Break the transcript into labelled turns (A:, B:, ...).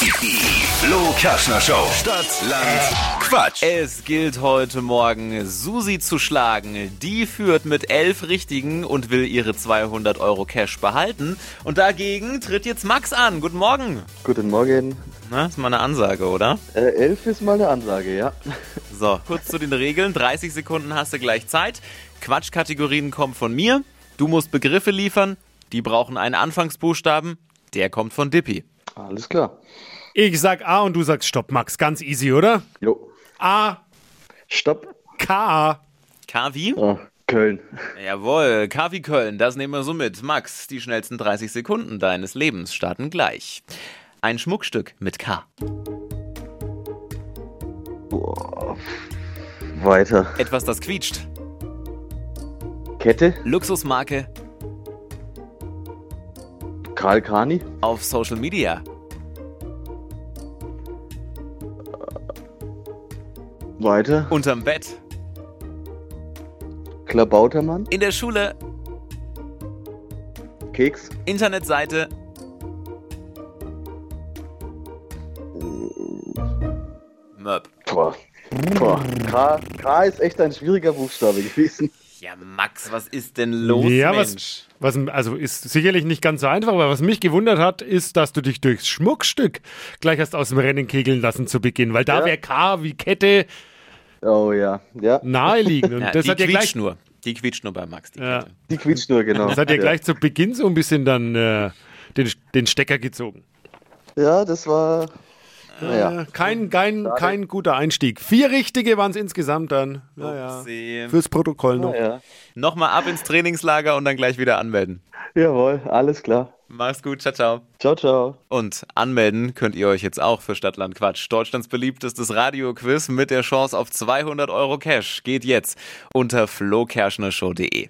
A: Die Flo Kaschner Show. Stadt, Land, Quatsch.
B: Es gilt heute Morgen, Susi zu schlagen. Die führt mit elf Richtigen und will ihre 200 Euro Cash behalten. Und dagegen tritt jetzt Max an. Guten Morgen.
C: Guten Morgen.
B: Na, ist mal eine Ansage, oder?
C: Äh, elf ist mal eine Ansage, ja.
B: So, kurz zu den Regeln. 30 Sekunden hast du gleich Zeit. Quatschkategorien kommen von mir. Du musst Begriffe liefern. Die brauchen einen Anfangsbuchstaben. Der kommt von Dippy.
C: Alles klar.
D: Ich sag A und du sagst Stopp, Max. Ganz easy, oder?
C: Jo.
D: A,
C: Stopp.
D: K.
B: K wie?
C: Ah, Köln.
B: Jawohl, KW Köln, das nehmen wir so mit. Max, die schnellsten 30 Sekunden deines Lebens starten gleich. Ein Schmuckstück mit K.
C: Weiter.
B: Etwas, das quietscht.
C: Kette.
B: Luxusmarke
C: Karl Kani.
B: auf Social Media.
C: Weiter.
B: Unterm Bett.
C: Klabautermann.
B: In der Schule.
C: Keks.
B: Internetseite. Möb.
C: Boah. Boah. K, K ist echt ein schwieriger Buchstabe gewesen.
B: Ja, Max, was ist denn los,
D: ja,
B: Mensch?
D: was, was, also ist sicherlich nicht ganz so einfach, aber was mich gewundert hat, ist, dass du dich durchs Schmuckstück gleich hast aus dem Rennen kegeln lassen zu Beginn, weil da
C: Ja.
D: wäre K wie Kette
C: Oh ja. Ja.
D: naheliegend. Und
B: Ja,
D: das,
B: die
D: hat ja gleich,
B: quietscht nur. Die quietscht nur bei Max. Die
D: Ja.
B: Kette.
C: Die Quietschnur, genau.
D: das hat ja
C: ja
D: gleich zu Beginn so ein bisschen dann äh, den, den Stecker gezogen.
C: Ja, das war. Naja.
D: Äh, kein, kein, kein guter Einstieg. Vier richtige waren es insgesamt dann. Naja.
B: Upsi.
D: Fürs Protokoll noch.
C: Ja.
B: Nochmal ab ins Trainingslager und dann gleich wieder anmelden.
C: Jawohl, alles klar.
B: Mach's gut, ciao, ciao.
C: Ciao, ciao.
B: Und anmelden könnt ihr euch jetzt auch für Stadtland Quatsch. Deutschlands beliebtestes Radioquiz mit der Chance auf 200 Euro Cash geht jetzt unter flokerschnershow.de.